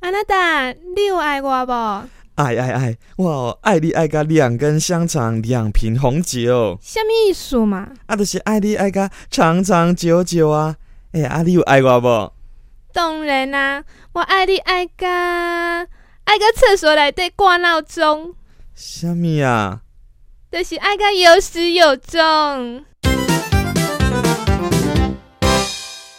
安娜达，你有爱我无？爱爱爱，哇哦，爱你爱甲两根香肠，两瓶红酒，什么意思嘛？啊，就是爱你爱甲长长久久啊！哎、欸，啊，你有爱我无？当然啦、我爱你爱甲爱甲厕所内底挂闹钟，什物啊？就是爱甲有始有终。